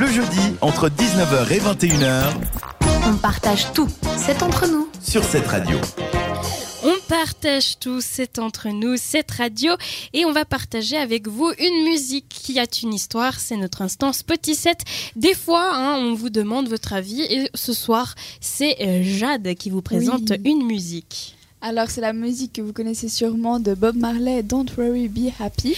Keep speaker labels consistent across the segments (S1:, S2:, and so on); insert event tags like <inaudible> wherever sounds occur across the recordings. S1: Le jeudi, entre 19h et 21h,
S2: On partage tout, c'est entre nous.
S1: sur cette radio.
S3: On partage tout, c'est entre nous, cette radio, et on va partager avec vous une musique qui a une histoire. C'est notre instance petit 7. Des fois, hein, on vous demande votre avis, et ce soir, c'est euh, Jade qui vous présente
S4: Oui.
S3: une musique.
S4: Alors, c'est la musique que vous connaissez sûrement de Bob Marley, Don't Worry, Be Happy.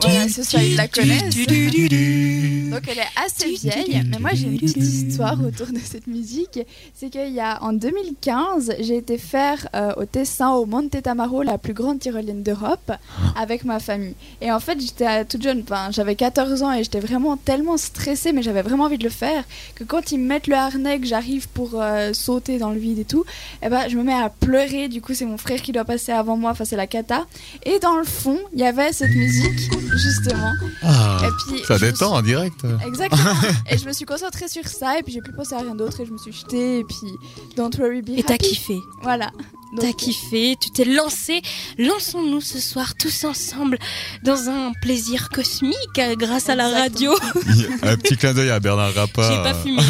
S4: Voilà, ce soir, ils la connaissent. Donc, elle est assez vieille, mais moi, j'ai une petite histoire autour de cette musique. C'est qu'il y a, en 2015, j'ai été faire euh, au Tessin, au Monte Tamaro, la plus grande tyrolienne d'Europe,
S5: Ah.
S4: avec ma famille. Et en fait, j'étais euh, toute jeune, enfin, j'avais 14 ans et j'étais vraiment tellement stressée, mais j'avais vraiment envie de le faire, que quand ils me mettent le harnais, que j'arrive pour euh, sauter dans le vide et tout, eh ben, je me mets à pleurer. Du coup, c'est mon frère qui doit passer avant moi, enfin, c'est la cata. Et dans le fond, il y avait cette musique, <laughs> justement.
S5: Ah,
S4: Et puis,
S5: ça
S4: je me
S5: détend en direct.
S4: suis-
S3: <laughs>
S4: Exactement. et je me suis concentrée sur ça, et puis j'ai plus pensé à rien d'autre, et je me suis jetée, et puis Don't worry, be
S3: Et t'as
S4: happy.
S3: kiffé,
S4: Voilà. Donc,
S3: t'as kiffé, tu t'es lancé. Lançons-nous ce soir tous ensemble dans un plaisir cosmique euh, grâce à la radio.
S4: Exactement.
S5: Un petit clin d'œil à Bernard Rappa.
S3: J'ai pas fumé.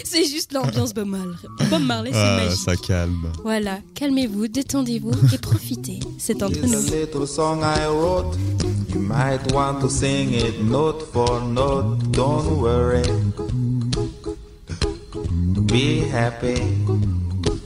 S3: <laughs> c'est juste l'ambiance Bob Marley. Bob Marley, c'est
S5: Ah,
S3: magique.
S5: ça calme.
S3: Voilà, calmez-vous, détendez-vous et profitez. C'est entre
S6: It's a
S3: nous.
S6: little song I wrote. You might want to sing it note for note. Don't worry. Be happy.